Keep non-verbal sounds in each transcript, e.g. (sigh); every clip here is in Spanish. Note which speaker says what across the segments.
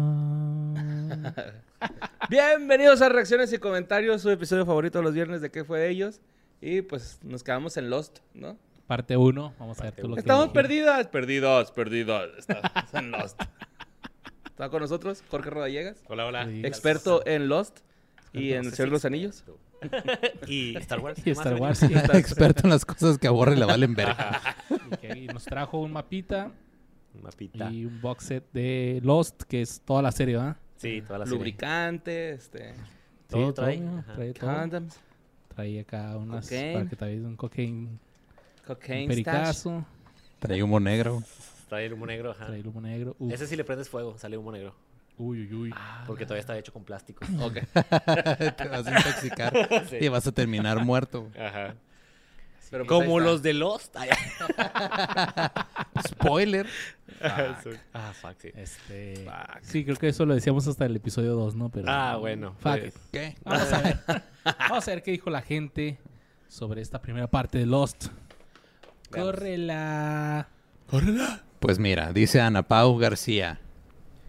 Speaker 1: Sonora.
Speaker 2: Bienvenidos a Reacciones y Comentarios, su episodio favorito de los viernes de qué fue de ellos. Y pues nos quedamos en Lost, ¿no?
Speaker 1: Parte 1. Vamos a ver tú lo que
Speaker 2: Estamos
Speaker 1: elegí.
Speaker 2: perdidas. Perdidos, perdidos. Estamos en Lost. Está con nosotros Jorge Rodallegas,
Speaker 3: Hola, hola.
Speaker 1: Sí.
Speaker 2: experto en Lost y en
Speaker 3: No
Speaker 2: El
Speaker 3: sé
Speaker 2: Señor
Speaker 3: si
Speaker 2: de los Anillos.
Speaker 3: (laughs) Y Star Wars.
Speaker 1: Y
Speaker 3: más
Speaker 1: Star
Speaker 3: o
Speaker 1: Wars.
Speaker 3: menos.
Speaker 1: sí.
Speaker 4: (laughs) Experto en las cosas que aborre la valen verga.
Speaker 1: Y que- y nos trajo un mapita
Speaker 3: Mapita.
Speaker 1: y un box set de Lost, que es toda la serie, ¿verdad?
Speaker 3: Sí, toda la serie.
Speaker 2: Lubricante, este,
Speaker 3: Todo
Speaker 1: Sí,
Speaker 3: trae,
Speaker 1: ¿no?
Speaker 3: ajá.
Speaker 1: Trae todo.
Speaker 2: condoms,
Speaker 1: Traía acá unas
Speaker 2: Cocaine.
Speaker 1: para que te veas un cocaine, un
Speaker 2: cocaine, stash.
Speaker 1: pericazo,
Speaker 4: Trae humo negro.
Speaker 3: Trae el humo negro, ajá.
Speaker 1: traía el humo Ah. negro. Uf,
Speaker 3: Ese Ah. sí le prendes fuego, sale humo negro.
Speaker 1: Uy, uy, uy.
Speaker 3: Porque todavía está hecho con plástico.
Speaker 2: Ok.
Speaker 4: (laughs) Te vas a intoxicar
Speaker 3: Sí.
Speaker 4: y vas a terminar muerto.
Speaker 3: Ajá.
Speaker 2: Pero pues ahí
Speaker 3: Como
Speaker 2: está.
Speaker 3: los de Lost. Ay,
Speaker 4: Spoiler.
Speaker 3: sí. (laughs) ah, fuck, sí.
Speaker 1: Este...
Speaker 2: Fuck.
Speaker 1: Sí, creo que eso lo decíamos hasta el episodio 2, ¿no? Pero...
Speaker 3: Ah, bueno.
Speaker 1: Fuck
Speaker 3: pues,
Speaker 1: it.
Speaker 4: (laughs) ¿Qué?
Speaker 1: Vamos a ver. (laughs) Vamos a ver qué dijo la gente sobre esta primera parte de Lost.
Speaker 3: Veamos.
Speaker 1: Córrela.
Speaker 4: Pues mira, dice Ana Pau García.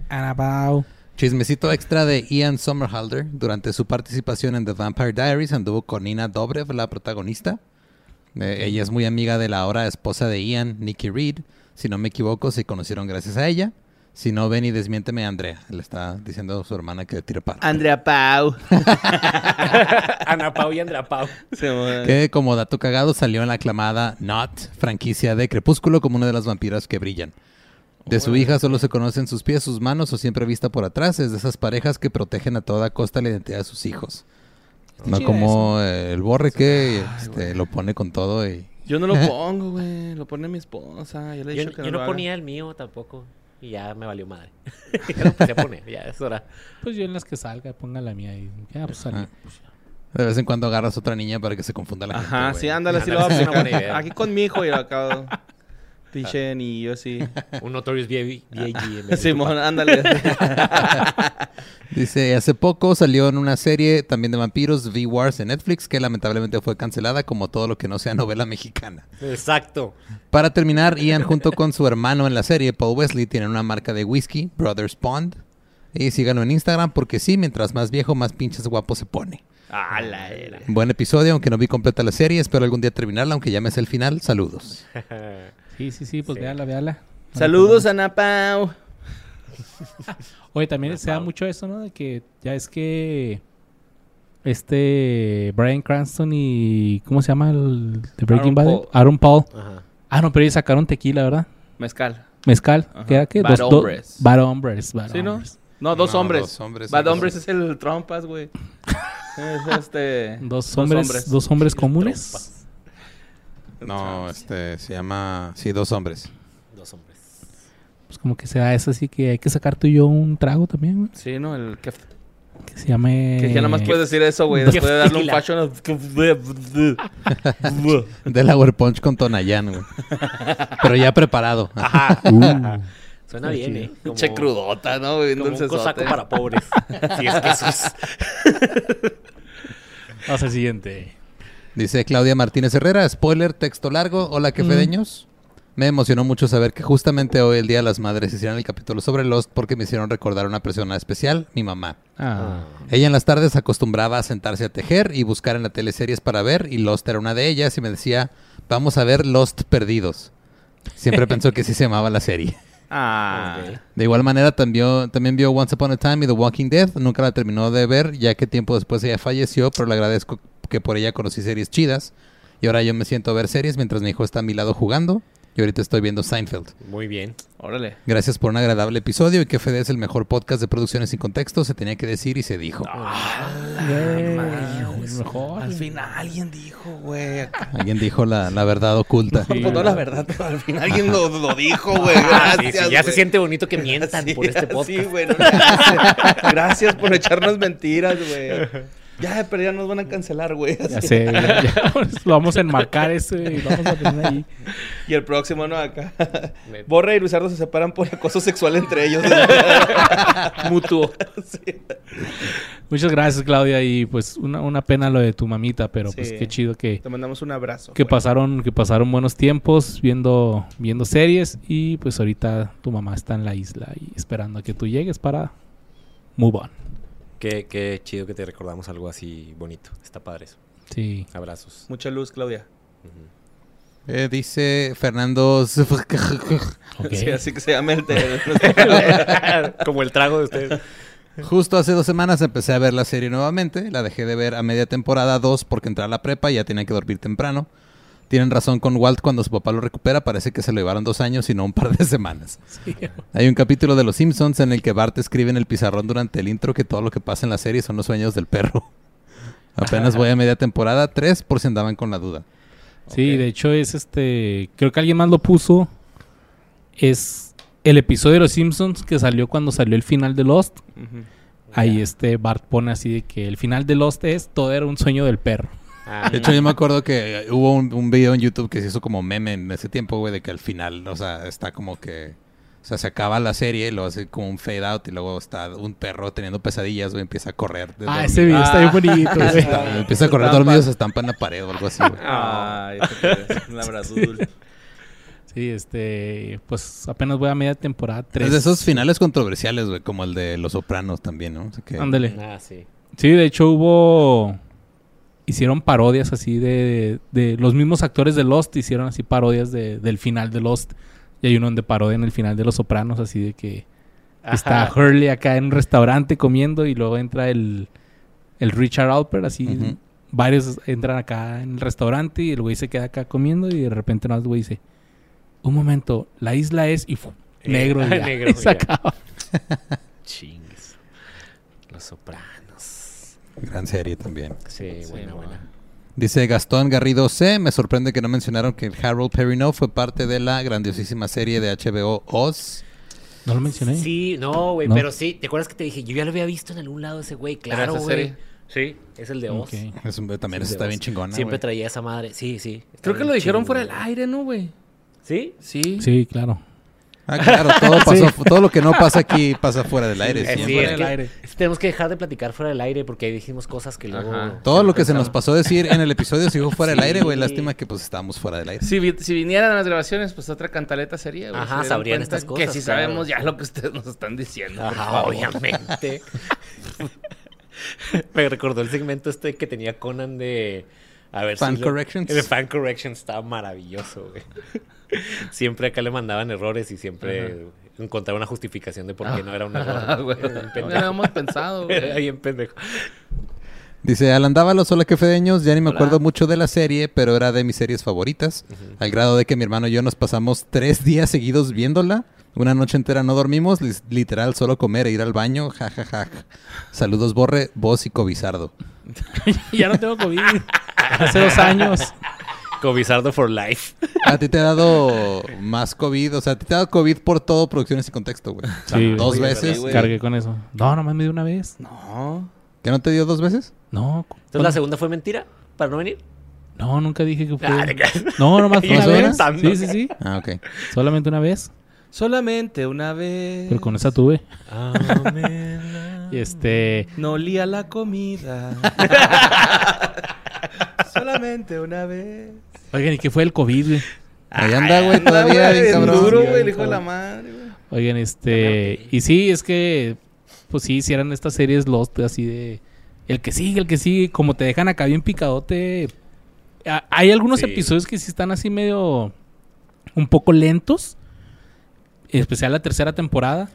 Speaker 1: Ana Pau.
Speaker 4: Chismecito extra de Ian Somerhalder. Durante su participación en The Vampire Diaries anduvo con Nina Dobrev, la protagonista. Eh, ella es muy amiga de la ahora esposa de Ian, Nikki Reed. Si no me equivoco, se conocieron gracias a ella. Si no, ven y desmiénteme a Andrea. Le está diciendo a su hermana que le tire paro.
Speaker 2: Andrea (laughs) Pau.
Speaker 3: Ana Pau y Andra Pau.
Speaker 2: Se llama-
Speaker 4: Que como dato cagado salió en la aclamada Not, franquicia de Crepúsculo, como una de las vampiras que brillan. De su hija solo se conocen sus pies, sus manos o siempre vista por atrás. Es de esas parejas que protegen a toda costa la identidad de sus hijos.
Speaker 1: Está
Speaker 4: No
Speaker 1: chida
Speaker 4: como eh, el borre que este, lo pone con todo y...
Speaker 2: Yo no lo pongo, güey. Lo pone mi esposa. Yo le he
Speaker 3: Yo,
Speaker 2: dicho que
Speaker 3: yo no
Speaker 2: no, lo
Speaker 3: ponía el mío tampoco. Y ya me valió
Speaker 1: (laughs)
Speaker 3: madre. (laughs) ya lo empecé a poner. Ya es hora.
Speaker 1: Pues yo en las que salga, ponga la mía ahí. Ya, pues salió.
Speaker 4: Ajá. De vez en cuando agarras otra niña para que se confunda la
Speaker 2: haga.
Speaker 4: gente.
Speaker 2: Ajá,
Speaker 4: güey.
Speaker 2: sí, ándale,
Speaker 4: (laughs)
Speaker 2: sí lo va a
Speaker 3: Ándale, es una buena
Speaker 2: aplicar.
Speaker 3: idea.
Speaker 2: Aquí con mi hijo y lo acabo. Pinche y yo (laughs)
Speaker 4: (laughs)
Speaker 2: sí.
Speaker 3: Un Notorious B.I.G. en vez de
Speaker 2: (laughs) Simón, ándale.
Speaker 4: Dice, hace poco salió en una serie también de vampiros, V-Wars, en Netflix, que lamentablemente fue cancelada como todo lo que no sea (laughs) novela mexicana.
Speaker 3: tu- Exacto.
Speaker 4: Para terminar, Ian junto con su hermano en la serie, Paul Wesley, tienen una marca de whisky, Brothers Pond. Y síganlo en Instagram porque sí, mientras más viejo, más pinches guapo se pone.
Speaker 2: ah, la era.
Speaker 4: Buen episodio, aunque no vi completa la serie. Espero algún día terminarla, aunque ya me sé el final. Saludos.
Speaker 1: Sí, sí, sí, pues
Speaker 3: Sí.
Speaker 1: véala, véala.
Speaker 2: (laughs) Saludos, Ana Pau.
Speaker 1: Oye, también
Speaker 3: Ana
Speaker 1: se da
Speaker 3: Pau.
Speaker 1: mucho eso, ¿no? De que ya es que. Este. Brian Cranston y. ¿Cómo se llama el. de Breaking
Speaker 2: Aaron
Speaker 1: Bad?
Speaker 2: Paul.
Speaker 1: Aaron Paul.
Speaker 3: (laughs) Ajá.
Speaker 1: Ah, no, pero ellos sacaron tequila, ¿verdad?
Speaker 2: Mezcal.
Speaker 1: Mezcal.
Speaker 2: Ajá.
Speaker 1: ¿Qué era qué?
Speaker 2: Bad
Speaker 1: Dos- do-
Speaker 2: Hombres.
Speaker 1: Bad Hombres. Bad
Speaker 2: ¿Sí, no?
Speaker 1: Hombres.
Speaker 2: No, dos
Speaker 4: No,
Speaker 2: hombres.
Speaker 4: dos hombres,
Speaker 2: Bad
Speaker 4: dos
Speaker 2: hombres es el trompas,
Speaker 4: (laughs)
Speaker 2: güey. Es este.
Speaker 1: Dos hombres, dos hombres, comunes.
Speaker 4: No, este se llama. Sí, dos hombres.
Speaker 3: Dos hombres.
Speaker 1: Pues como que se da eso, así que hay que sacar tú y yo un trago también, güey.
Speaker 2: Sí, no, el que,
Speaker 1: Que se llame.
Speaker 2: que
Speaker 3: Eh,
Speaker 2: ya nomás puedes decir eso, güey. Después de darle un fashion.
Speaker 3: (laughs)
Speaker 4: Del Hour Punch con Tonayán, güey. Pero ya preparado.
Speaker 3: Suena bien, ¿eh? Como-
Speaker 2: Uh. Che crudota, ¿no? Bebiendo
Speaker 3: Como
Speaker 2: el
Speaker 3: un cosaco
Speaker 2: cesote.
Speaker 3: para
Speaker 2: (laughs)
Speaker 3: pobres. Si es que eso es-
Speaker 1: Vamos al siguiente.
Speaker 4: Dice Claudia Martínez Herrera, spoiler, texto largo, hola que fedeños. Me emocionó mucho saber que justamente hoy, el Día de las Madres, hicieron el capítulo sobre Lost porque me hicieron recordar a una persona especial, mi mamá.
Speaker 1: Ah.
Speaker 4: Ella en las tardes acostumbraba a sentarse a tejer y buscar en la tele series para ver y Lost era una de ellas y me decía, vamos a ver Lost Perdidos. Siempre pensó que sí se llamaba la serie.
Speaker 2: Ah.
Speaker 3: Ok.
Speaker 4: De igual manera también, también vio Once Upon a Time y The Walking Dead. Nunca la terminó de ver, ya que tiempo después ella falleció, pero le agradezco que por ella conocí series chidas. Y ahora yo me siento a ver series mientras mi hijo está a mi lado jugando. Y ahorita estoy viendo Seinfeld.
Speaker 3: Muy bien.
Speaker 2: Órale.
Speaker 4: Gracias por un agradable episodio y que Fede es el mejor podcast de producciones sin contexto. Se tenía que decir y se dijo.
Speaker 1: Yay, es mejor.
Speaker 2: Ah, Al final alguien dijo, güey.
Speaker 4: Alguien dijo la, la verdad oculta.
Speaker 1: Sí.
Speaker 2: Pues, No, la verdad, (laughs) pero al final alguien lo, lo dijo, güey.
Speaker 3: (laughs) Ah, sí,
Speaker 2: Pues Gracias.
Speaker 3: sí, ya se
Speaker 2: güey.
Speaker 3: siente bonito que mientan
Speaker 2: Sí,
Speaker 3: por este
Speaker 2: así,
Speaker 3: podcast. (laughs)
Speaker 2: güey, no, gracias. Gracias por echarnos mentiras, güey. Ya, pero ya nos van a cancelar, güey.
Speaker 1: Ya sé, ya- ya, pues, lo vamos a enmarcar ese y lo vamos a poner ahí.
Speaker 2: Y el próximo, no, acá.
Speaker 3: Neta.
Speaker 2: Borre y Luisardo se
Speaker 3: (laughs)
Speaker 2: separan por acoso sexual entre ellos. Mutuo.
Speaker 1: Muchas gracias, Claudia. Y pues una, una pena lo de tu mamita, pero pues
Speaker 2: Sí.
Speaker 1: qué chido que,
Speaker 2: Te mandamos un abrazo.
Speaker 1: que
Speaker 2: Juan.
Speaker 1: pasaron, que pasaron buenos tiempos viendo, viendo series. Y pues ahorita tu mamá está en la isla y esperando a que tú llegues para move on.
Speaker 3: Qué, qué chido que te recordamos algo así bonito. Está padre eso.
Speaker 1: Sí.
Speaker 3: Abrazos.
Speaker 2: Mucha luz, Claudia.
Speaker 3: Ujú. (laughs)
Speaker 4: Eh, dice Fernando. (laughs)
Speaker 1: Ok.
Speaker 2: Sí, así que se llama el de...
Speaker 3: (laughs) Como el trago de ustedes.
Speaker 2: (laughs)
Speaker 4: Justo hace dos semanas empecé a ver la serie nuevamente. La dejé de ver a media temporada 2 porque entré a la prepa y ya tenía que dormir temprano. Tienen razón con Walt cuando su papá lo recupera. Parece que se lo llevaron dos años y no un par de semanas.
Speaker 1: Sí.
Speaker 4: Hay un capítulo de Los Simpsons en el que Bart escribe en el pizarrón durante el intro que todo lo que pasa en la serie son los sueños del perro. Apenas voy a media temporada 3 por si andaban con la duda.
Speaker 1: Sí,
Speaker 2: Ok.
Speaker 1: de hecho es este. Creo que alguien más lo puso. Es el episodio de Los Simpsons que salió cuando salió el final de Lost.
Speaker 2: Ujú.
Speaker 1: Ahí este Bart pone así de que el final de Lost es todo era un sueño del perro.
Speaker 3: Ah,
Speaker 4: De hecho, yo me acuerdo que hubo un, un video en YouTube que se hizo como meme en ese tiempo, güey, de que al final, o sea, está como que. O sea, se acaba la serie y luego hace como un fade out y luego está un perro teniendo pesadillas, güey, empieza a correr. de
Speaker 1: Ah,
Speaker 4: dormido.
Speaker 1: ese video está bien bonito, güey.
Speaker 4: Está- Empieza a correr dormido, se estampa en la pared o algo así, güey.
Speaker 3: Ah,
Speaker 2: Ay, te quieres. un abrazo, dulce.
Speaker 1: Sí, este, pues apenas voy a media temporada 3.
Speaker 4: Es de esos finales controversiales, güey, como el de Los Sopranos también, ¿no? O sea que-
Speaker 1: Ándale.
Speaker 3: Ah, sí.
Speaker 1: Sí, de hecho hubo hicieron parodias así de, de los mismos actores de Lost hicieron así parodias de, del final de Lost. Y hay uno donde parodian el final de Los Sopranos así de que está
Speaker 3: Ajá.
Speaker 1: Hurley acá en un restaurante comiendo y luego entra el el Richard Alpert así
Speaker 4: Ujú.
Speaker 1: varios entran acá en el restaurante y el güey se queda acá comiendo y de repente nada más el güey dice, un momento, la isla es y fu-
Speaker 3: Eh,
Speaker 1: (laughs) negro,
Speaker 3: (laughs)
Speaker 1: y ya,
Speaker 3: negro,
Speaker 1: y se
Speaker 3: ya.
Speaker 1: acaba.
Speaker 3: Chingues. Los sopranos.
Speaker 4: Gran serie también.
Speaker 3: Sí,
Speaker 2: Sí,
Speaker 3: buena,
Speaker 2: ma.
Speaker 3: buena.
Speaker 4: Dice Gastón Garrido C. Me sorprende que no mencionaron que el Harold Perrineau fue parte de la grandiosísima serie de HBO Oz.
Speaker 1: No lo mencioné.
Speaker 3: Sí, no, güey,
Speaker 1: No.
Speaker 3: pero sí. ¿Te acuerdas que te dije? Yo ya lo había visto en algún lado ese güey. Claro,
Speaker 2: esa
Speaker 3: güey.
Speaker 2: serie?
Speaker 3: Sí. Es el de Oz.
Speaker 1: Ok.
Speaker 4: Es un- también
Speaker 3: Es
Speaker 4: esa
Speaker 3: de
Speaker 4: está
Speaker 3: Oz.
Speaker 4: bien chingona.
Speaker 3: Siempre
Speaker 4: güey.
Speaker 3: traía esa madre. Sí, sí. Está
Speaker 2: Creo que
Speaker 3: bien
Speaker 2: lo dijeron
Speaker 3: chingón,
Speaker 2: fuera del
Speaker 3: güey.
Speaker 2: aire, ¿no, güey?
Speaker 3: ¿Sí?
Speaker 2: Sí.
Speaker 1: Sí, claro.
Speaker 4: Ah, claro, todo, pasó, todo lo que no pasa aquí pasa fuora del aire.
Speaker 3: Eh,
Speaker 4: sí.
Speaker 3: sí,
Speaker 1: fuera
Speaker 3: es
Speaker 1: del
Speaker 3: que
Speaker 1: aire.
Speaker 3: Tenemos que dejar de platicar fuera del aire porque ahí dijimos cosas que luego.
Speaker 2: Ajá.
Speaker 4: Todo lo que se nos pasó a decir en el episodio se dijo fuera del
Speaker 3: Sí.
Speaker 4: aire, güey. Lástima que pues estábamos fuera del aire.
Speaker 2: Si, vi- si vinieran a las grabaciones, pues otra cantaleta sería, güey.
Speaker 3: Ajá,
Speaker 2: Se dieron
Speaker 3: sabrían
Speaker 2: cuenta
Speaker 3: estas
Speaker 2: Que
Speaker 3: cosas,
Speaker 2: si
Speaker 3: claro.
Speaker 2: sabemos ya lo que ustedes nos
Speaker 3: (laughs)
Speaker 2: están diciendo. por
Speaker 3: Ajá,
Speaker 2: favor.
Speaker 3: obviamente. (laughs) Me recordó el segmento este que tenía Conan de. A ver
Speaker 4: Fan
Speaker 3: lo-
Speaker 4: corrections.
Speaker 3: El fan correction estaba maravilloso, güey. (laughs) Siempre acá le mandaban errores y siempre encontraba una justificación de por qué no era un
Speaker 2: Ah,
Speaker 3: error.
Speaker 2: (laughs) güey.
Speaker 3: Era bien
Speaker 2: No lo
Speaker 3: pendejo.
Speaker 2: habíamos
Speaker 3: (laughs)
Speaker 2: pensado,
Speaker 3: Era
Speaker 2: güey.
Speaker 3: bien pendejo.
Speaker 4: Dice Alan Dávalos, hola quefedeños. Ya ni me acuerdo mucho de la serie, pero era de mis series favoritas. Al grado de que mi hermano y yo nos pasamos tres días seguidos viéndola. Una noche entera no dormimos, lis- literal solo comer e ir al baño. Ja, ja, ja. Saludos, Borre, vos y Cobizardo.
Speaker 1: (laughs) ya no tengo COVID. (laughs) Hace dos años.
Speaker 3: Cobizardo for life.
Speaker 4: A ti te ha dado más COVID, o sea, a ti te ha dado COVID por todo producciones y contexto, güey. O sea,
Speaker 1: Sí,
Speaker 4: dos
Speaker 2: güey,
Speaker 4: veces.
Speaker 2: güey.
Speaker 1: Cargué con eso. No, nomás me dio una vez. No.
Speaker 2: No.
Speaker 4: ¿Que no te dio dos veces?
Speaker 1: No,
Speaker 3: Entonces la segunda fue mentira para no venir.
Speaker 1: no nunca dije que fue.
Speaker 3: Ah,
Speaker 2: (laughs)
Speaker 3: te creas.
Speaker 1: No, (laughs) nomás
Speaker 3: Yo
Speaker 1: fue una
Speaker 4: estoy
Speaker 1: vez.
Speaker 3: pensando.
Speaker 1: Sí, sí, sí.
Speaker 4: Ah, ok.
Speaker 1: Solamente una vez.
Speaker 2: Solamente una vez.
Speaker 1: Pero con esa tuve.
Speaker 3: Amén.
Speaker 1: Y este.
Speaker 2: No olía la (laughs) comida. Solamente una vez.
Speaker 1: Oigan, ¿y qué fue el COVID? güey?
Speaker 4: Ahí anda, güey,
Speaker 2: Anda,
Speaker 4: todavía,
Speaker 2: güey,
Speaker 4: bien cabrón.
Speaker 2: duro, güey,
Speaker 1: bien
Speaker 2: el hijo de la
Speaker 1: cabrón.
Speaker 2: madre, güey.
Speaker 1: Oigan, este. Y sí, es que. Pues sí, hicieran estas series Lost así de. El que sigue, el que sigue. Como te dejan acá bien picadote. A- Hay algunos
Speaker 3: Sí.
Speaker 1: episodios que sí están así medio. Un poco lentos. En especial la tercera temporada.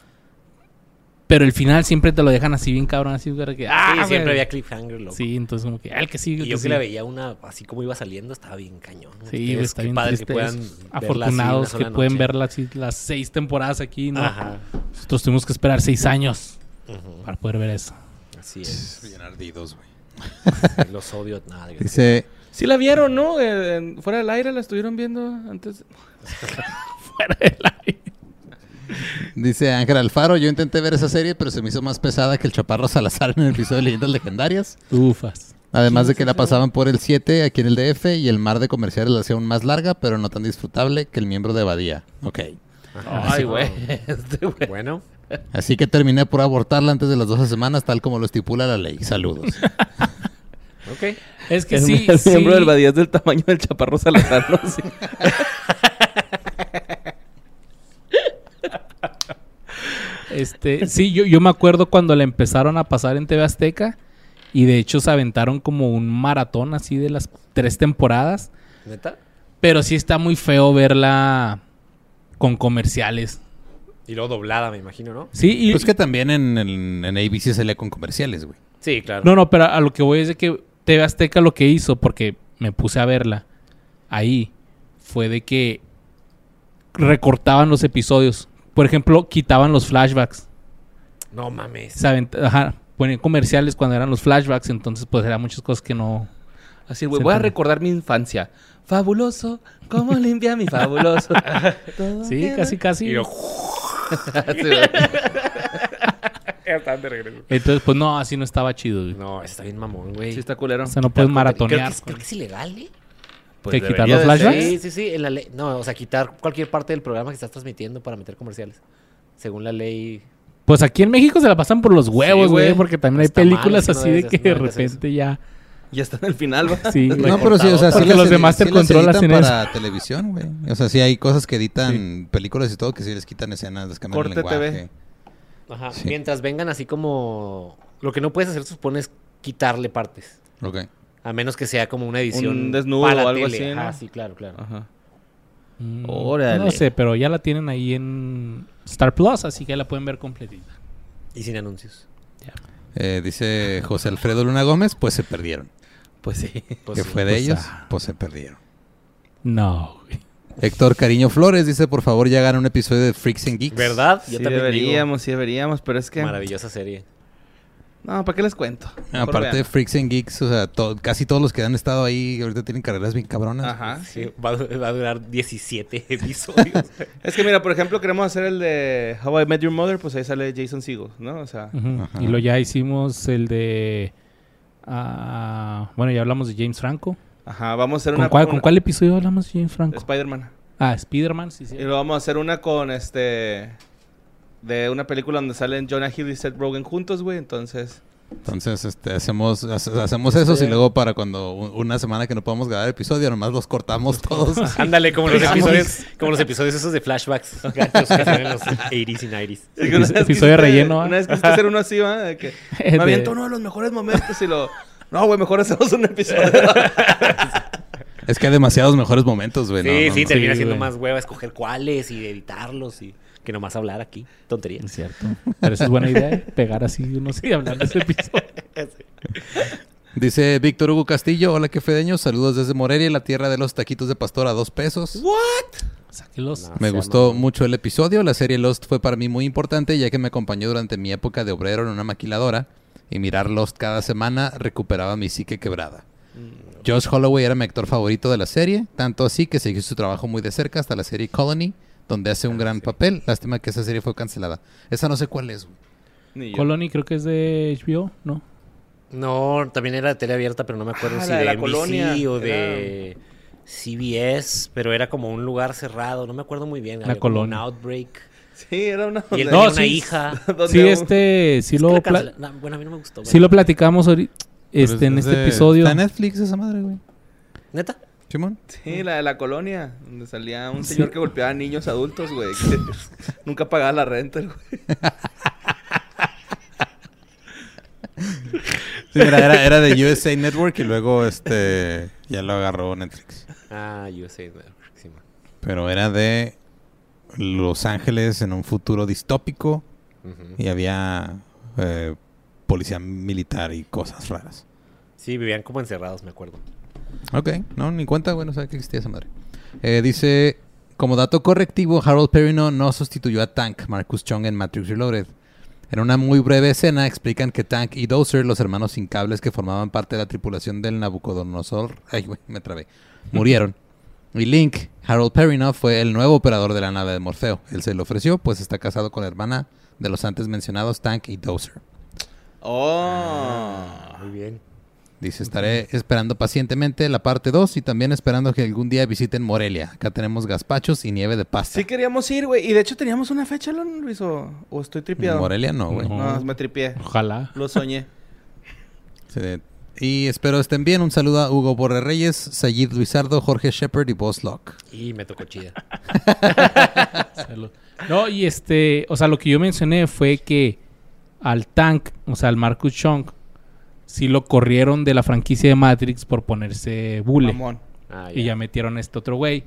Speaker 1: Pero el final siempre te lo dejan así bien cabrón. Así para que. ¡ah,
Speaker 3: sí,
Speaker 1: güey!
Speaker 3: siempre había cliffhanger, loco.
Speaker 1: Sí, entonces como que. ah, el que sigue, el
Speaker 3: Y yo
Speaker 1: que
Speaker 3: que la
Speaker 1: sigue.
Speaker 3: veía una, así como iba saliendo, estaba bien cañón.
Speaker 1: Sí, güey,
Speaker 3: Es
Speaker 1: está
Speaker 3: que
Speaker 1: bien
Speaker 3: padre
Speaker 1: triste
Speaker 3: que puedan
Speaker 1: eso.
Speaker 3: verla así
Speaker 1: Afortunados
Speaker 3: una
Speaker 1: que
Speaker 3: sola
Speaker 1: pueden
Speaker 3: noche.
Speaker 1: ver las, las seis temporadas aquí, ¿no?
Speaker 3: Ajá.
Speaker 1: Nosotros tuvimos que esperar seis años
Speaker 3: Ujú.
Speaker 1: para poder ver eso. (laughs)
Speaker 3: Así es.
Speaker 4: Bien ardidos, güey.
Speaker 3: Los odio. Nada, güey.
Speaker 4: Dice,
Speaker 2: Sí la vieron, ¿no? Eh, en- fuera del aire la estuvieron viendo antes.
Speaker 1: Fuera del aire.
Speaker 4: dice Ángel Alfaro, yo intenté ver esa serie, pero se me hizo más pesada que el Chaparro Salazar en el episodio de Leyendas Legendarias.
Speaker 1: Ufas.
Speaker 4: Además de que la pasaban por el 7 aquí en el DF y el mar de comerciales la hacía aún más larga, pero no tan disfrutable que el miembro de Badía. Ok.
Speaker 1: (laughs)
Speaker 2: Ay, güey. Este güey.
Speaker 3: Bueno,
Speaker 4: Así que terminé por abortarla antes de las 12 semanas, tal como lo estipula la ley.
Speaker 2: (laughs)
Speaker 4: Saludos.
Speaker 3: Ok.
Speaker 1: Es que
Speaker 2: Es
Speaker 1: sí,
Speaker 2: el
Speaker 1: sí.
Speaker 2: miembro del Badía es del tamaño del chaparro Salazar, ¿no? Sí.
Speaker 1: Este, sí, yo, yo me acuerdo cuando la empezaron a pasar en TV Azteca y de hecho se aventaron como un maratón así de las tres temporadas,
Speaker 3: ¿Neta?
Speaker 1: pero sí está muy feo verla con comerciales.
Speaker 3: Y luego doblada, me imagino, ¿no?
Speaker 1: Sí, y
Speaker 4: Pues que también en, en, en ABC se lee con comerciales, güey.
Speaker 3: Sí, claro.
Speaker 1: no, no, pero a lo que voy es de que TV Azteca lo que hizo porque me puse a verla ahí fue de que recortaban los episodios. Por ejemplo, quitaban los flashbacks.
Speaker 3: No mames.
Speaker 1: se avent- ajá, ponían comerciales cuando eran los flashbacks, entonces pues eran muchas cosas que no...
Speaker 2: Así, güey,
Speaker 1: Se
Speaker 2: voy a
Speaker 1: pone.
Speaker 2: recordar mi infancia. Fabuloso, cómo limpia mi (laughs) fabuloso. Todo
Speaker 1: Sí,
Speaker 2: queda-
Speaker 1: casi, casi.
Speaker 3: Y yo,
Speaker 2: Sí, güey.
Speaker 3: ya están de regreso.
Speaker 1: Entonces, pues no, así no estaba chido. güey.
Speaker 3: No, está bien mamón, güey.
Speaker 2: Sí, está culero. Pues
Speaker 1: O sea, no puedes
Speaker 3: Creo que,
Speaker 1: maratonear.
Speaker 3: es, creo que es ilegal, ¿eh?
Speaker 1: ¿Que
Speaker 2: debería
Speaker 1: quitar los
Speaker 2: de
Speaker 1: flashbacks?
Speaker 2: ser.
Speaker 3: Sí, sí, sí. en la ley- No, o sea, quitar cualquier parte del programa que estás transmitiendo para meter comerciales. Según la ley.
Speaker 1: Pues aquí en México se la pasan por los huevos,
Speaker 2: Sí,
Speaker 1: güey,
Speaker 2: güey.
Speaker 1: porque también hay
Speaker 3: Está mal,
Speaker 1: películas
Speaker 3: sí, no
Speaker 1: así de
Speaker 3: debes
Speaker 1: que
Speaker 3: hacer-
Speaker 1: de
Speaker 3: no debes hacer
Speaker 1: repente ya...
Speaker 2: Ya está en el final,
Speaker 3: (laughs)
Speaker 2: va.
Speaker 1: Sí,
Speaker 4: No, pero sí, o sea, sí
Speaker 1: Porque
Speaker 4: las
Speaker 1: los de
Speaker 4: edi-
Speaker 1: Master
Speaker 4: sí las
Speaker 1: Control
Speaker 4: editan
Speaker 1: hacen
Speaker 4: para televisión, güey. O sea, sí hay cosas que editan películas y todo que sí les quitan escenas, les cambian
Speaker 2: Corte
Speaker 4: el lenguaje.
Speaker 2: TV.
Speaker 3: Ajá.
Speaker 4: Sí.
Speaker 3: Mientras vengan así como. Lo que no puedes hacer, supone, es quitarle partes.
Speaker 4: Ok.
Speaker 3: A menos que sea como una edición.
Speaker 2: Un desnudo
Speaker 3: para
Speaker 2: o algo
Speaker 3: tele.
Speaker 2: así, ¿no? Ah.
Speaker 3: Ajá, sí, claro, claro.
Speaker 2: Ajá.
Speaker 1: Mm,
Speaker 2: Órale.
Speaker 1: No sé, pero ya la tienen ahí en Star Plus, así que ya la pueden ver completita.
Speaker 3: Y sin
Speaker 2: (laughs)
Speaker 3: anuncios.
Speaker 4: Eh, dice José Alfredo Luna Gómez, pues se perdieron.
Speaker 2: Pues sí.
Speaker 3: Pues
Speaker 4: ¿Qué
Speaker 3: sí.
Speaker 4: fue de
Speaker 1: pues,
Speaker 4: ellos?
Speaker 1: ah.
Speaker 4: Pues se perdieron.
Speaker 1: No, güey.
Speaker 4: Héctor Cariño Flores dice, por favor, ya hagan un episodio de Freaks and Geeks.
Speaker 3: ¿Verdad?
Speaker 2: Sí deberíamos, sí deberíamos, pero es que...
Speaker 3: Maravillosa serie.
Speaker 2: No, ¿para qué les cuento? Mejor
Speaker 4: Ah, Aparte de
Speaker 2: vean.
Speaker 4: Freaks and Geeks, o sea, to- casi todos los que han estado ahí ahorita tienen carreras bien cabronas.
Speaker 2: Ajá.
Speaker 3: Sí, va, a du- va a durar
Speaker 2: (laughs)
Speaker 3: 17 episodios.
Speaker 2: Es que mira, por ejemplo, queremos hacer el de How I Met Your Mother, pues ahí sale Jason Segel, ¿no? O sea,
Speaker 1: Ujú.
Speaker 4: Ajá.
Speaker 1: Y lo ya hicimos el de... ah, bueno, ya hablamos de James Franco.
Speaker 2: ajá, vamos a hacer
Speaker 1: ¿Con,
Speaker 2: una...
Speaker 1: cuál,
Speaker 2: una-
Speaker 1: ¿Con cuál episodio hablamos de James Franco?
Speaker 2: Spider-Man.
Speaker 1: Ah, Spider-Man, sí, sí. (laughs)
Speaker 2: Y lo vamos a hacer una con este... De una película donde salen Jonah Hill y Seth Rogen juntos, güey, entonces...
Speaker 4: Entonces, este, hacemos, hace- hacemos esos
Speaker 2: Este-
Speaker 4: y luego para cuando u- una semana que no podamos grabar episodio, nomás los cortamos todos.
Speaker 2: (laughs)
Speaker 3: Ándale, como los
Speaker 4: Digamos.
Speaker 3: episodios, como los episodios esos de flashbacks gachos que hacían en los 80s y 90s.
Speaker 2: Es que una
Speaker 1: Episodio-
Speaker 2: vez
Speaker 1: episodio de
Speaker 2: quisiste-
Speaker 1: relleno, ¿ah?
Speaker 2: Una vez quisiste hacer uno así, ¿va? De
Speaker 1: (laughs)
Speaker 2: que
Speaker 1: De-
Speaker 2: me aviento uno de los mejores momentos y lo... (laughs) No, güey, mejor hacemos un
Speaker 1: (laughs)
Speaker 2: episodio.
Speaker 4: es que hay demasiados mejores momentos, güey.
Speaker 3: Sí,
Speaker 4: no, no,
Speaker 3: sí,
Speaker 4: no.
Speaker 3: termina
Speaker 1: Sí,
Speaker 3: siendo
Speaker 1: güey.
Speaker 3: más hueva escoger cuáles y editarlos y que nomás hablar aquí. Tontería.
Speaker 1: Es cierto. Pero esa es buena idea, ¿eh? pegar así, (laughs) no sé, y hablar de ese episodio.
Speaker 4: Dice Víctor Hugo Castillo, hola que fedeños, saludos desde Morelia, la tierra de los taquitos de pastor a dos pesos.
Speaker 1: Sáquelos.
Speaker 3: No.
Speaker 4: Me
Speaker 3: se
Speaker 4: gustó
Speaker 3: llama-
Speaker 4: mucho el episodio. La serie Lost fue para mí muy importante ya que me acompañó durante mi época de obrero en una maquiladora y mirar Lost cada semana recuperaba mi psique quebrada.
Speaker 3: Mm.
Speaker 4: Josh Holloway era mi actor favorito de la serie, tanto así que seguí su trabajo muy de cerca hasta la serie Colony, donde hace
Speaker 3: Ah,
Speaker 4: un gran papel. Lástima que esa serie fue cancelada. Esa no sé cuál es. güey.
Speaker 2: Ni yo.
Speaker 1: Colony creo que es de HBO, ¿no?
Speaker 3: No, también era de tele abierta, pero no me acuerdo
Speaker 2: Ah,
Speaker 3: si
Speaker 2: la
Speaker 3: de,
Speaker 2: de la
Speaker 3: NBC
Speaker 2: colonia,
Speaker 3: o de CBS, pero era como un lugar cerrado. No me acuerdo muy bien.
Speaker 1: Una
Speaker 3: había como
Speaker 1: colonia.
Speaker 3: Un (laughs) outbreak.
Speaker 2: Sí, era una...
Speaker 3: Y él
Speaker 2: donde-
Speaker 3: tenía
Speaker 1: No,
Speaker 3: una (laughs)
Speaker 1: sí. (laughs)
Speaker 3: hija.
Speaker 2: donde
Speaker 1: Sí,
Speaker 2: un-
Speaker 1: este, sí
Speaker 3: Es que
Speaker 1: lo,
Speaker 3: la
Speaker 1: pla-
Speaker 3: cancela- no, bueno, a mí no me gustó.
Speaker 1: sí lo
Speaker 3: güey.
Speaker 1: platicamos ahorita, este, en
Speaker 4: Es
Speaker 1: este
Speaker 4: de-
Speaker 1: episodio.
Speaker 4: Está en Netflix esa madre, güey.
Speaker 3: ¿Neta?
Speaker 4: Simón.
Speaker 2: Sí, la de la colonia, donde salía un
Speaker 1: Sí.
Speaker 2: señor que golpeaba a niños adultos, güey. que (laughs) nunca pagaba la renta, el güey.
Speaker 4: Sí, mira, era, era de USA Network y luego este ya lo agarró Netflix.
Speaker 3: Ah, USA Network, sí, man.
Speaker 4: Pero era de Los Ángeles en un futuro distópico
Speaker 3: Ujú.
Speaker 4: y había eh, policía militar y cosas raras.
Speaker 3: Sí, vivían como encerrados, me acuerdo.
Speaker 4: Ok, no, ni cuenta, bueno, sabía que existía esa madre. Eh, dice, como dato correctivo, Harold Perrino no sustituyó a Tank, Marcus Chong en Matrix Reloaded. En una muy breve escena explican que Tank y Dozer, los hermanos sin cables que formaban parte de la tripulación del Nabucodonosor, ay, güey, me trabé, murieron. Y Link, Harold Perrino, fue el nuevo operador de la nave de Morfeo. Él se le ofreció, pues está casado con la hermana de los antes mencionados Tank y Dozer.
Speaker 2: Oh.
Speaker 3: Ah, Muy bien.
Speaker 4: Dice, estaré esperando pacientemente la parte 2 y también esperando que algún día visiten Morelia. Acá tenemos gazpachos y nieve de pasta.
Speaker 2: Sí queríamos ir, güey. Y de hecho teníamos una fecha, Lon, Luis, o, o estoy tripeado.
Speaker 4: Morelia no, güey.
Speaker 1: No.
Speaker 2: No, me tripié.
Speaker 1: Ojalá.
Speaker 2: Lo
Speaker 1: (laughs)
Speaker 2: soñé.
Speaker 4: Sí. Y espero estén bien. Un saludo a Hugo Borre Reyes, Sayid Luisardo, Jorge Shepard y Boss Locke.
Speaker 3: Y me tocó chida.
Speaker 1: Salud. No, y este, o sea, lo que yo mencioné fue que al Tank, o sea, al Marcus Chong, sí lo corrieron de la franquicia de Matrix por ponerse bule.
Speaker 2: Mamón.
Speaker 3: Ah,
Speaker 1: Y ya metieron a este otro güey.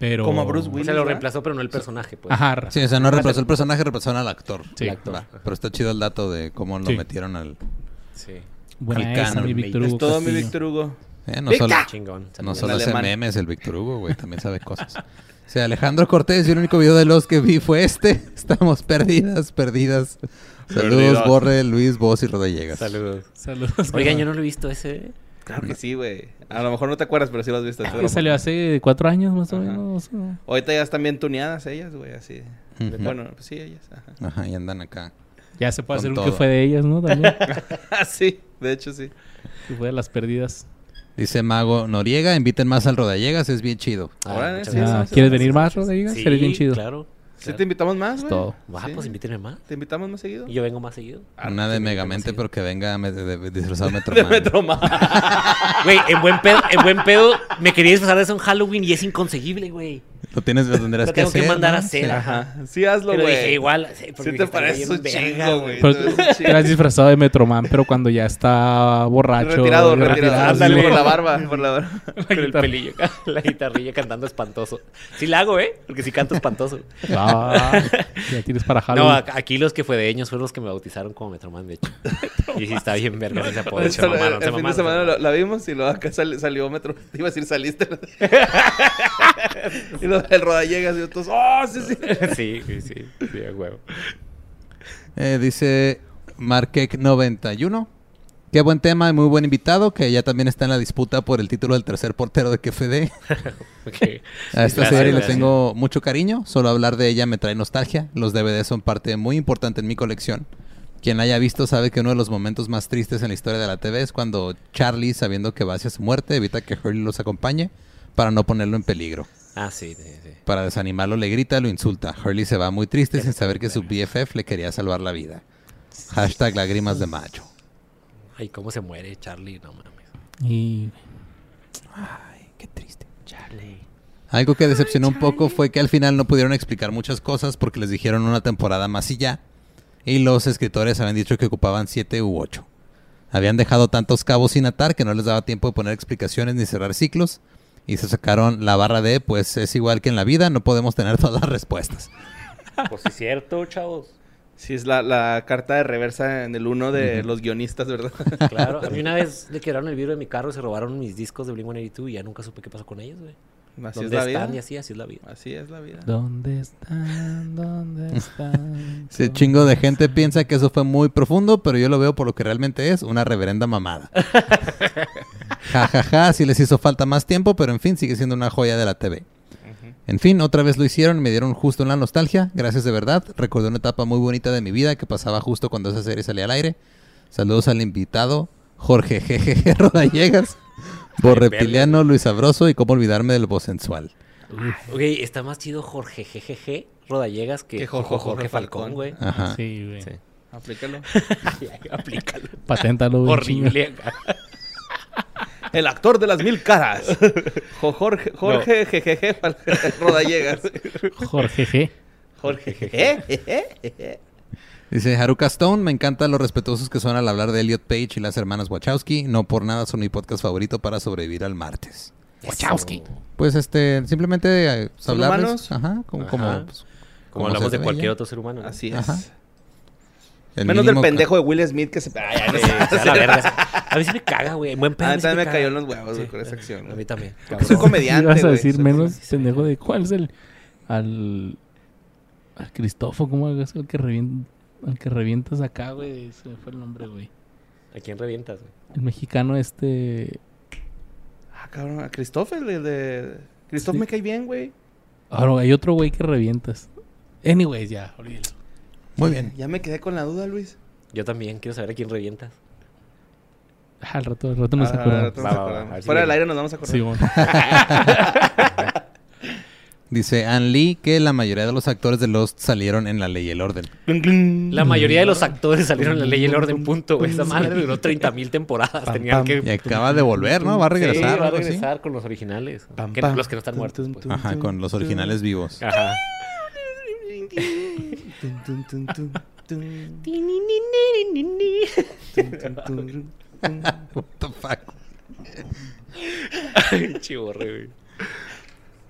Speaker 1: Pero.
Speaker 2: Como a Bruce
Speaker 3: O
Speaker 2: Willis.
Speaker 3: sea, lo
Speaker 2: ¿verdad?
Speaker 3: reemplazó, pero no el personaje, pues.
Speaker 1: Ajá, ra-
Speaker 4: Sí, o sea, no reemplazó el personaje, reemplazaron al actor.
Speaker 1: Sí.
Speaker 4: El actor. Va, Pero está chido el dato de cómo lo
Speaker 1: Sí.
Speaker 4: metieron al...
Speaker 3: Sí.
Speaker 1: Buena
Speaker 4: Calcano,
Speaker 1: esa, mi
Speaker 3: el Víctor.
Speaker 1: Víctor Hugo
Speaker 2: Es todo mi
Speaker 1: Castillo.
Speaker 2: Víctor Hugo.
Speaker 4: Eh, no solo,
Speaker 3: Chingón.
Speaker 4: no
Speaker 3: Saludos.
Speaker 4: solo
Speaker 2: El
Speaker 4: hace
Speaker 2: alemán.
Speaker 4: memes el Víctor Hugo, güey. También sabe cosas. O sea, Alejandro Cortés, y el único video de los que vi fue este. (laughs) Estamos perdidas, perdidas. Saludos,
Speaker 3: Perdidas.
Speaker 4: Borre, Luis, Vos y Rodallegas.
Speaker 3: Saludos.
Speaker 1: Saludos.
Speaker 3: Oigan,
Speaker 2: (laughs)
Speaker 3: yo no lo he visto ese.
Speaker 2: Claro que sí, güey. A lo mejor no te acuerdas, pero sí lo has visto.
Speaker 1: Que
Speaker 2: seguro.
Speaker 1: Ah, salió hace cuatro años más o
Speaker 2: Ajá.
Speaker 1: menos. ¿no?
Speaker 2: Ahorita ya están bien tuneadas ellas, güey, así.
Speaker 4: Ujú.
Speaker 2: Bueno, pues sí, ellas. Ajá. (laughs)
Speaker 4: Ajá, y andan acá.
Speaker 1: Ya se puede
Speaker 4: Con
Speaker 1: hacer un que
Speaker 4: todo.
Speaker 1: fue de ellas,
Speaker 2: (laughs)
Speaker 1: ¿no? También.
Speaker 2: Ah, sí, de hecho sí.
Speaker 1: que fue de las perdidas.
Speaker 4: Dice Mago Noriega, inviten más al Rodallegas, es bien chido.
Speaker 2: Ahora
Speaker 3: muchas
Speaker 2: sí,
Speaker 1: Ah,
Speaker 3: gracias.
Speaker 2: sí,
Speaker 1: ¿Quieres
Speaker 2: sí, sí,
Speaker 1: venir más,
Speaker 2: sí.
Speaker 1: Rodríguez?
Speaker 3: Sí,
Speaker 1: Sería bien chido.
Speaker 3: Claro.
Speaker 2: Sí, te invitamos más, güey.
Speaker 1: todo.
Speaker 3: Va,
Speaker 2: Sí.
Speaker 3: pues invítenme más.
Speaker 2: Te invitamos más seguido.
Speaker 3: Y yo vengo más seguido.
Speaker 4: Una de
Speaker 3: Ah, sí,
Speaker 4: Megamente,
Speaker 3: conocido.
Speaker 4: pero que venga me- de-
Speaker 3: (laughs)
Speaker 4: de- disfrazado de
Speaker 2: De
Speaker 4: Metroman.
Speaker 2: Metroma.
Speaker 3: Güey, en buen pedo, en buen pedo, me quería disfrazar de eso en Halloween y es inconseguible, güey.
Speaker 4: Lo tienes, lo tendrás
Speaker 3: Lo
Speaker 4: que
Speaker 3: tengo que
Speaker 4: hacer.
Speaker 3: mandar a
Speaker 4: Sí.
Speaker 3: hacer, ajá.
Speaker 2: Ajá. Sí, hazlo,
Speaker 3: Pero
Speaker 2: güey.
Speaker 3: dije, igual. Sí, porque
Speaker 2: Sí
Speaker 3: dije,
Speaker 2: te
Speaker 3: está
Speaker 2: parece un
Speaker 3: bien verga,
Speaker 2: chingo, güey.
Speaker 1: Pero
Speaker 2: Te ves un
Speaker 1: te
Speaker 2: chingo.
Speaker 1: eras disfrazado de Metroman, pero cuando ya está borracho.
Speaker 2: Retirado,
Speaker 1: ya
Speaker 2: retirado.
Speaker 1: retirado,
Speaker 2: Ándale.
Speaker 1: sí,
Speaker 2: Por
Speaker 1: güey.
Speaker 2: la barba, por la barba.
Speaker 3: Con el pelillo, (laughs) la guitarrilla cantando espantoso. Sí la hago, ¿eh? Porque sí canto espantoso.
Speaker 1: Ah, ya tienes para
Speaker 3: No,
Speaker 1: Halloween.
Speaker 3: a- aquí los que fue de ellos fueron los que me bautizaron como Metroman, (laughs) de hecho. Y sí está bien verga ese apodo.
Speaker 2: Eso,
Speaker 3: se mamaron, se
Speaker 2: el fin de
Speaker 3: mamaron, se
Speaker 2: semana
Speaker 3: mamaron.
Speaker 2: lo- la vimos y luego acá sal- salió Metro. (laughs) Te iba a decir, saliste. y luego el Rodallegas y otros. ¡Oh, sí, sí!
Speaker 3: (laughs) Sí, sí, sí, sí, a huevo.
Speaker 4: Eh, dice Marquec91. Qué buen tema y muy buen invitado, que ya también está en la disputa por el título del tercer portero de KFD.
Speaker 3: Ok.
Speaker 4: A esta
Speaker 3: Gracias,
Speaker 4: serie le
Speaker 3: gracias.
Speaker 4: tengo mucho cariño, solo hablar de ella me trae nostalgia. Los DVDs son parte muy importante en mi colección. Quien la haya visto sabe que uno de los momentos más tristes en la historia de la TV es cuando Charlie, sabiendo que va hacia su muerte, evita que Hurley los acompañe para no ponerlo en peligro.
Speaker 3: Ah, sí, sí, sí.
Speaker 4: Para desanimarlo le grita, lo insulta. Hurley se va muy triste sin saber que su BFF le quería salvar la vida. Hashtag lágrimas de macho.
Speaker 3: Ay, cómo se muere Charlie, no mames.
Speaker 1: Y
Speaker 4: Qué triste.
Speaker 3: Charlie.
Speaker 4: Algo que decepcionó un poco fue que al final no pudieron explicar muchas cosas porque les dijeron una temporada más y ya. Y los escritores habían dicho que ocupaban siete u ocho. Habían dejado tantos cabos sin atar que no les daba tiempo de poner explicaciones ni cerrar ciclos. Y se sacaron la barra de, pues es igual que en la vida, no podemos tener (laughs) todas las respuestas.
Speaker 3: Pues sí, cierto, chavos.
Speaker 2: Sí, es la, la carta de reversa en el uno de los guionistas, ¿verdad? (laughs)
Speaker 3: Claro, a mí (laughs) una vez le quebraron el vidrio de mi carro y se robaron mis discos de Blink-182 y ya nunca supe qué pasó con ellos, güey.
Speaker 2: Así es
Speaker 3: ¿Dónde
Speaker 2: la
Speaker 3: están? Y
Speaker 2: vida.
Speaker 3: así, así es la vida.
Speaker 2: Así es la vida.
Speaker 1: ¿dónde están? ¿Dónde están?
Speaker 4: Ese chingo de gente piensa que eso fue muy profundo, pero yo lo veo por lo que realmente es, una reverenda mamada. Ja, ja, ja, sí les hizo falta más tiempo, pero en fin, sigue siendo una joya de la TV. En fin, otra vez lo hicieron, me dieron justo en la nostalgia, gracias de verdad. Recordé una etapa muy bonita de mi vida que pasaba justo cuando esa serie salía al aire. Saludos al invitado, Jorge (laughs) GGG Rodallegas, Borrepiliano, Luis Sabroso y cómo olvidarme del voz sensual.
Speaker 3: Ok, está más chido Jorge GGG Rodallegas que,
Speaker 2: Que Jorge-
Speaker 3: Jorge,
Speaker 2: Jorge Falcón. Ah,
Speaker 3: Falcón, güey.
Speaker 4: Ajá.
Speaker 1: Ah. Sí, güey.
Speaker 2: Aplícalo.
Speaker 3: Aplícalo.
Speaker 1: Paténtalo, güey. chinga.
Speaker 3: Horrible.
Speaker 2: El actor de las mil caras. Jo- Jorge, Jorge, jejeje, Rodallegas.
Speaker 1: Jorge G.
Speaker 2: Jorge, jejeje.
Speaker 4: Dice Haruka Stone, me encantan los respetuosos que son al hablar de Elliot Page y las hermanas Wachowski. No por nada son mi podcast favorito para sobrevivir al martes.
Speaker 1: Wachowski.
Speaker 4: Pues este, simplemente eh,
Speaker 2: ¿Son
Speaker 4: hablarles.
Speaker 2: humanos?
Speaker 4: Ajá, como,
Speaker 3: Ajá.
Speaker 4: como, pues,
Speaker 3: Como
Speaker 4: como
Speaker 3: hablamos
Speaker 4: se
Speaker 3: de
Speaker 4: ve
Speaker 3: cualquier
Speaker 4: ya.
Speaker 3: otro ser humano. ¿no?
Speaker 2: Así es.
Speaker 4: Ajá. el
Speaker 2: Menos del
Speaker 4: mínimo ca-
Speaker 2: pendejo de Will Smith que se. Ay, ay,
Speaker 3: Ah, Sí,
Speaker 2: no.
Speaker 3: se da la verga. A mí sí me caga, güey. En Buen pedo.
Speaker 2: A
Speaker 3: a
Speaker 2: mí
Speaker 3: mí sí
Speaker 2: Ah, también me
Speaker 3: caga.
Speaker 2: cayó en los huevos, güey,
Speaker 3: Sí.
Speaker 2: con esa acción.
Speaker 3: A mí
Speaker 2: (laughs)
Speaker 3: también.
Speaker 2: Porque soy comediante.
Speaker 1: Ibas a
Speaker 2: güey,
Speaker 1: decir
Speaker 2: soy
Speaker 1: menos
Speaker 2: comediante.
Speaker 1: pendejo de cuál es el. Al. Al Cristofo, ¿cómo es el que revienta? Al que revientas acá, güey. Se me fue el nombre, güey.
Speaker 3: ¿A quién revientas, güey?
Speaker 1: El mexicano este.
Speaker 2: Ah, cabrón. A Christopher, el de. Christoph
Speaker 1: Sí.
Speaker 2: me cae bien, güey.
Speaker 1: Ahora Ah, hay otro güey que revientas. Anyways, ya, olvídalo.
Speaker 4: Muy bien.
Speaker 2: Ya me quedé con la duda, Luis.
Speaker 3: Yo también quiero saber a quién revientas.
Speaker 1: Ah, al rato, al rato nos
Speaker 2: Ah,
Speaker 1: acordamos.
Speaker 2: ahorita nos
Speaker 3: Va, va, va,
Speaker 2: acordamos.
Speaker 3: a ver si
Speaker 2: Fuera del
Speaker 3: viene.
Speaker 2: aire nos vamos a acordar.
Speaker 1: Sí, bueno.
Speaker 4: Dice Ann Lee que la mayoría de los actores de Lost salieron en La Ley y el Orden.
Speaker 2: Clun, clun.
Speaker 3: La mayoría de los actores salieron en la ley y el orden, punto. güey. Esa madre duró 30 mil temporadas. Tenían que
Speaker 4: Y acaba de volver, ¿no? Va a regresar.
Speaker 3: Sí, va a
Speaker 4: algo así.
Speaker 3: regresar con los originales.
Speaker 2: Pam,
Speaker 3: Que-
Speaker 2: pam.
Speaker 3: los que no están
Speaker 2: Tun,
Speaker 3: muertos.
Speaker 2: tun,
Speaker 3: pues.
Speaker 2: tun.
Speaker 4: Ajá, con los originales vivos.
Speaker 3: (laughs) Ajá.
Speaker 2: Tun, tun, tun, tun, tun, tun, tun, tun.
Speaker 4: What the fuck?
Speaker 3: Ay, Chiborre, güey.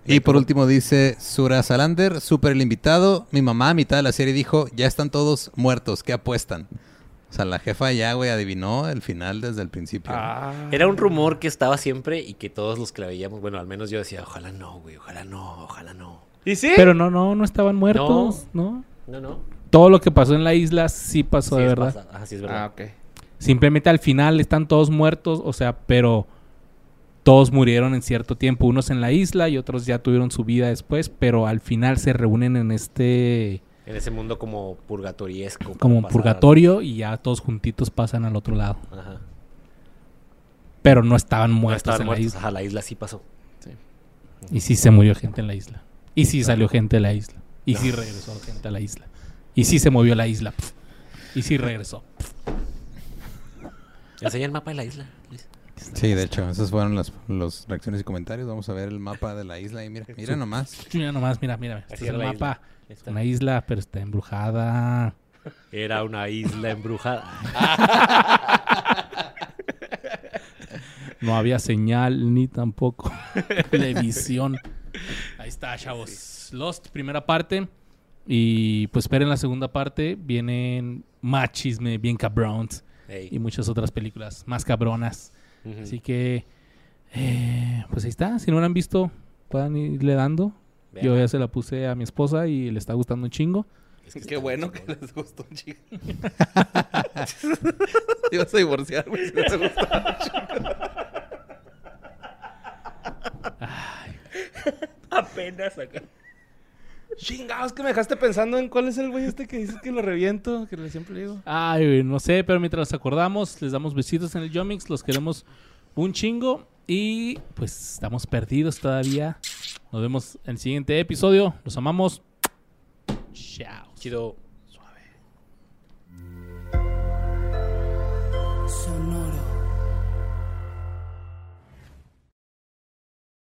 Speaker 4: Y por último dice Sura Salander, super el invitado. Mi mamá a mitad de la serie dijo, ya están todos muertos, ¿qué apuestan? O sea, la jefa ya, güey, adivinó el final desde el principio.
Speaker 2: Ah,
Speaker 3: Era un rumor que estaba siempre y que todos los que la veíamos, bueno, al menos yo decía, ojalá no, güey, ojalá no, ojalá no.
Speaker 2: ¿Y sí?
Speaker 1: Pero no, no, no estaban muertos, ¿no?
Speaker 3: No, no.
Speaker 1: Todo lo que pasó en la isla sí pasó
Speaker 3: Sí es
Speaker 1: de verdad.
Speaker 3: pasado. Ajá, sí es
Speaker 2: Ah,
Speaker 3: verdad.
Speaker 2: ok.
Speaker 1: Simplemente al final están todos muertos, o sea, pero todos murieron en cierto tiempo, unos en la isla y otros ya tuvieron su vida después, pero al final se reúnen en este
Speaker 3: En ese mundo como purgatoriesco.
Speaker 1: como
Speaker 3: pasar-
Speaker 1: purgatorio y ya todos juntitos pasan al otro lado.
Speaker 3: Ajá.
Speaker 1: Pero no estaban
Speaker 3: No
Speaker 1: muertos
Speaker 3: estaban
Speaker 1: en
Speaker 3: muertos.
Speaker 1: la
Speaker 3: Ajá, la isla sí pasó.
Speaker 1: isla. Y sí se murió gente en la isla. Y sí salió gente de la isla. Y sí regresó gente a la isla. Y sí se movió la isla. pf. Y sí regresó.
Speaker 3: Enseña el mapa de la isla. Luis.
Speaker 4: Sí, de hecho, esas fueron las los reacciones y comentarios. Vamos a ver el mapa de la isla y mira, mira nomás.
Speaker 1: Mira nomás, mira, mira. Este
Speaker 3: Así
Speaker 1: es
Speaker 3: era
Speaker 1: el
Speaker 3: la isla.
Speaker 1: mapa. Es una isla, pero está embrujada.
Speaker 3: Era una isla embrujada.
Speaker 1: No había señal
Speaker 3: (laughs)
Speaker 1: ni tampoco televisión. Ahí está, chavos. Lost, primera parte. Y pues esperen la segunda parte. Vienen más chisme, bien cabrons. Y
Speaker 3: Ey.
Speaker 1: muchas otras películas más cabronas.
Speaker 3: Ujú.
Speaker 1: Así que, eh, pues ahí está. Si no la han visto, puedan irle dando.
Speaker 3: Vean.
Speaker 1: Yo ya se la puse a mi esposa y le está gustando un chingo.
Speaker 3: Es que
Speaker 2: Qué
Speaker 3: está
Speaker 2: bueno
Speaker 3: muy
Speaker 2: que
Speaker 3: chingón.
Speaker 2: les gustó, chicos. Te (laughs) Ibas a divorciar, güey, si no te gustó. Apenas acá. Chingados, que me dejaste pensando en cuál es el güey este que dices que lo reviento, que le siempre le digo.
Speaker 1: Ay, güey, no sé, pero mientras nos acordamos, les damos besitos en el Yomix, los queremos un chingo y pues estamos perdidos todavía. Nos vemos en el siguiente episodio, los amamos. Chao.
Speaker 3: Chido.